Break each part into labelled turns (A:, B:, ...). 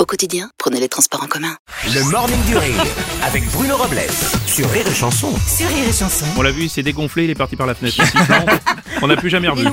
A: Au quotidien, prenez les transports en commun.
B: Le Morning du Rire avec Bruno Robles sur Rire et Chanson.
C: Sur Rire et Chanson.
D: On l'a vu, il s'est dégonflé, il est parti par la fenêtre. Ici, là, on- on n'a plus jamais revu.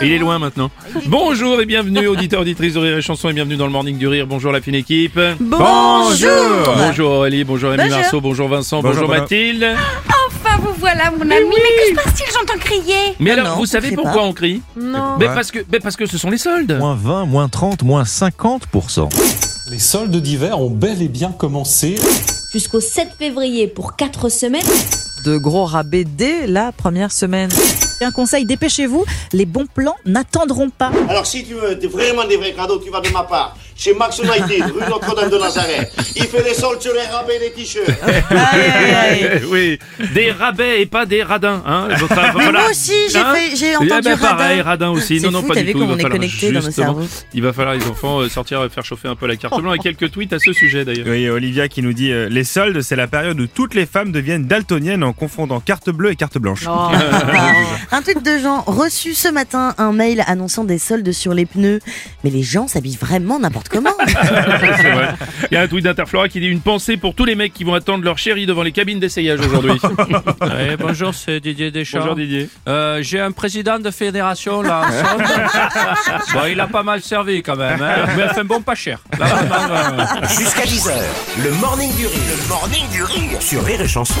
D: Et il est loin maintenant. Bonjour et bienvenue, auditeurs, auditrices de Rire et Chanson, et bienvenue dans le Morning du Rire. Bonjour la fine équipe.
E: Bonjour.
D: Bonjour Aurélie, bonjour Rémi Marceau, bonjour Vincent, bonjour, Mathilde.
E: Enfin, vous voilà, mon ami. Mais que se passe-t-il J'entends crier.
D: Mais alors,
C: non,
D: vous
C: on
D: savez
C: crie
D: pourquoi
C: pas.
D: on crie
E: Non.
D: mais parce, que, mais parce que ce sont les soldes.
F: Moins 20, moins 30, moins 50%.
G: Les soldes d'hiver ont bel et bien commencé.
H: jusqu'au 7 février pour 4 semaines.
I: de gros rabais dès la première semaine.
E: Un conseil, dépêchez-vous. Les bons plans n'attendront pas.
G: Alors si tu veux des- vraiment des vrais cadeaux, tu vas de ma part. Chez Max United, rue Notre-Dame de Nazareth. Il fait les soldes sur les rabais et les t-shirts.
D: Eh oui, des rabais et pas des radins. Hein. Votre- voilà.
C: Moi aussi, j'ai
D: Hein
C: fait- j'ai
D: Eh
C: entendu
D: ben, pareil,
C: radin.
D: radin aussi.
I: C'est
D: Non, non,
I: fou,
D: pas
I: t'as
D: du
I: vu
D: tout.
I: comme
D: Il va
I: on est
D: falloir
I: connectés dans nos
D: justement-
I: cerveaux.
D: Il va falloir, les enfants, euh, sortir et faire chauffer un peu la carte blanche. Et quelques tweets à ce sujet d'ailleurs.
F: Oui, Olivia qui nous dit euh, Les soldes, c'est la période où toutes les femmes deviennent daltoniennes en confondant carte bleue et carte blanche.
C: Un tweet de Jean reçu ce matin un mail annonçant des soldes sur les pneus. Mais les gens s'habillent vraiment n'importe comment.
D: C'est vrai. Il y a un tweet d'Interflora qui dit une pensée pour tous les mecs qui vont attendre leur chérie devant les cabines d'essayage aujourd'hui.
J: bonjour, c'est Didier Deschamps.
D: Bonjour Didier.
J: Euh, J'ai un président de fédération là en solde. Bon, il a pas mal servi quand même, hein. mais enfin bon, pas cher. Là, vraiment, euh,
B: Jusqu'à 10h, le Morning du Rire. Le Morning du Rire sur Rire et Chanson.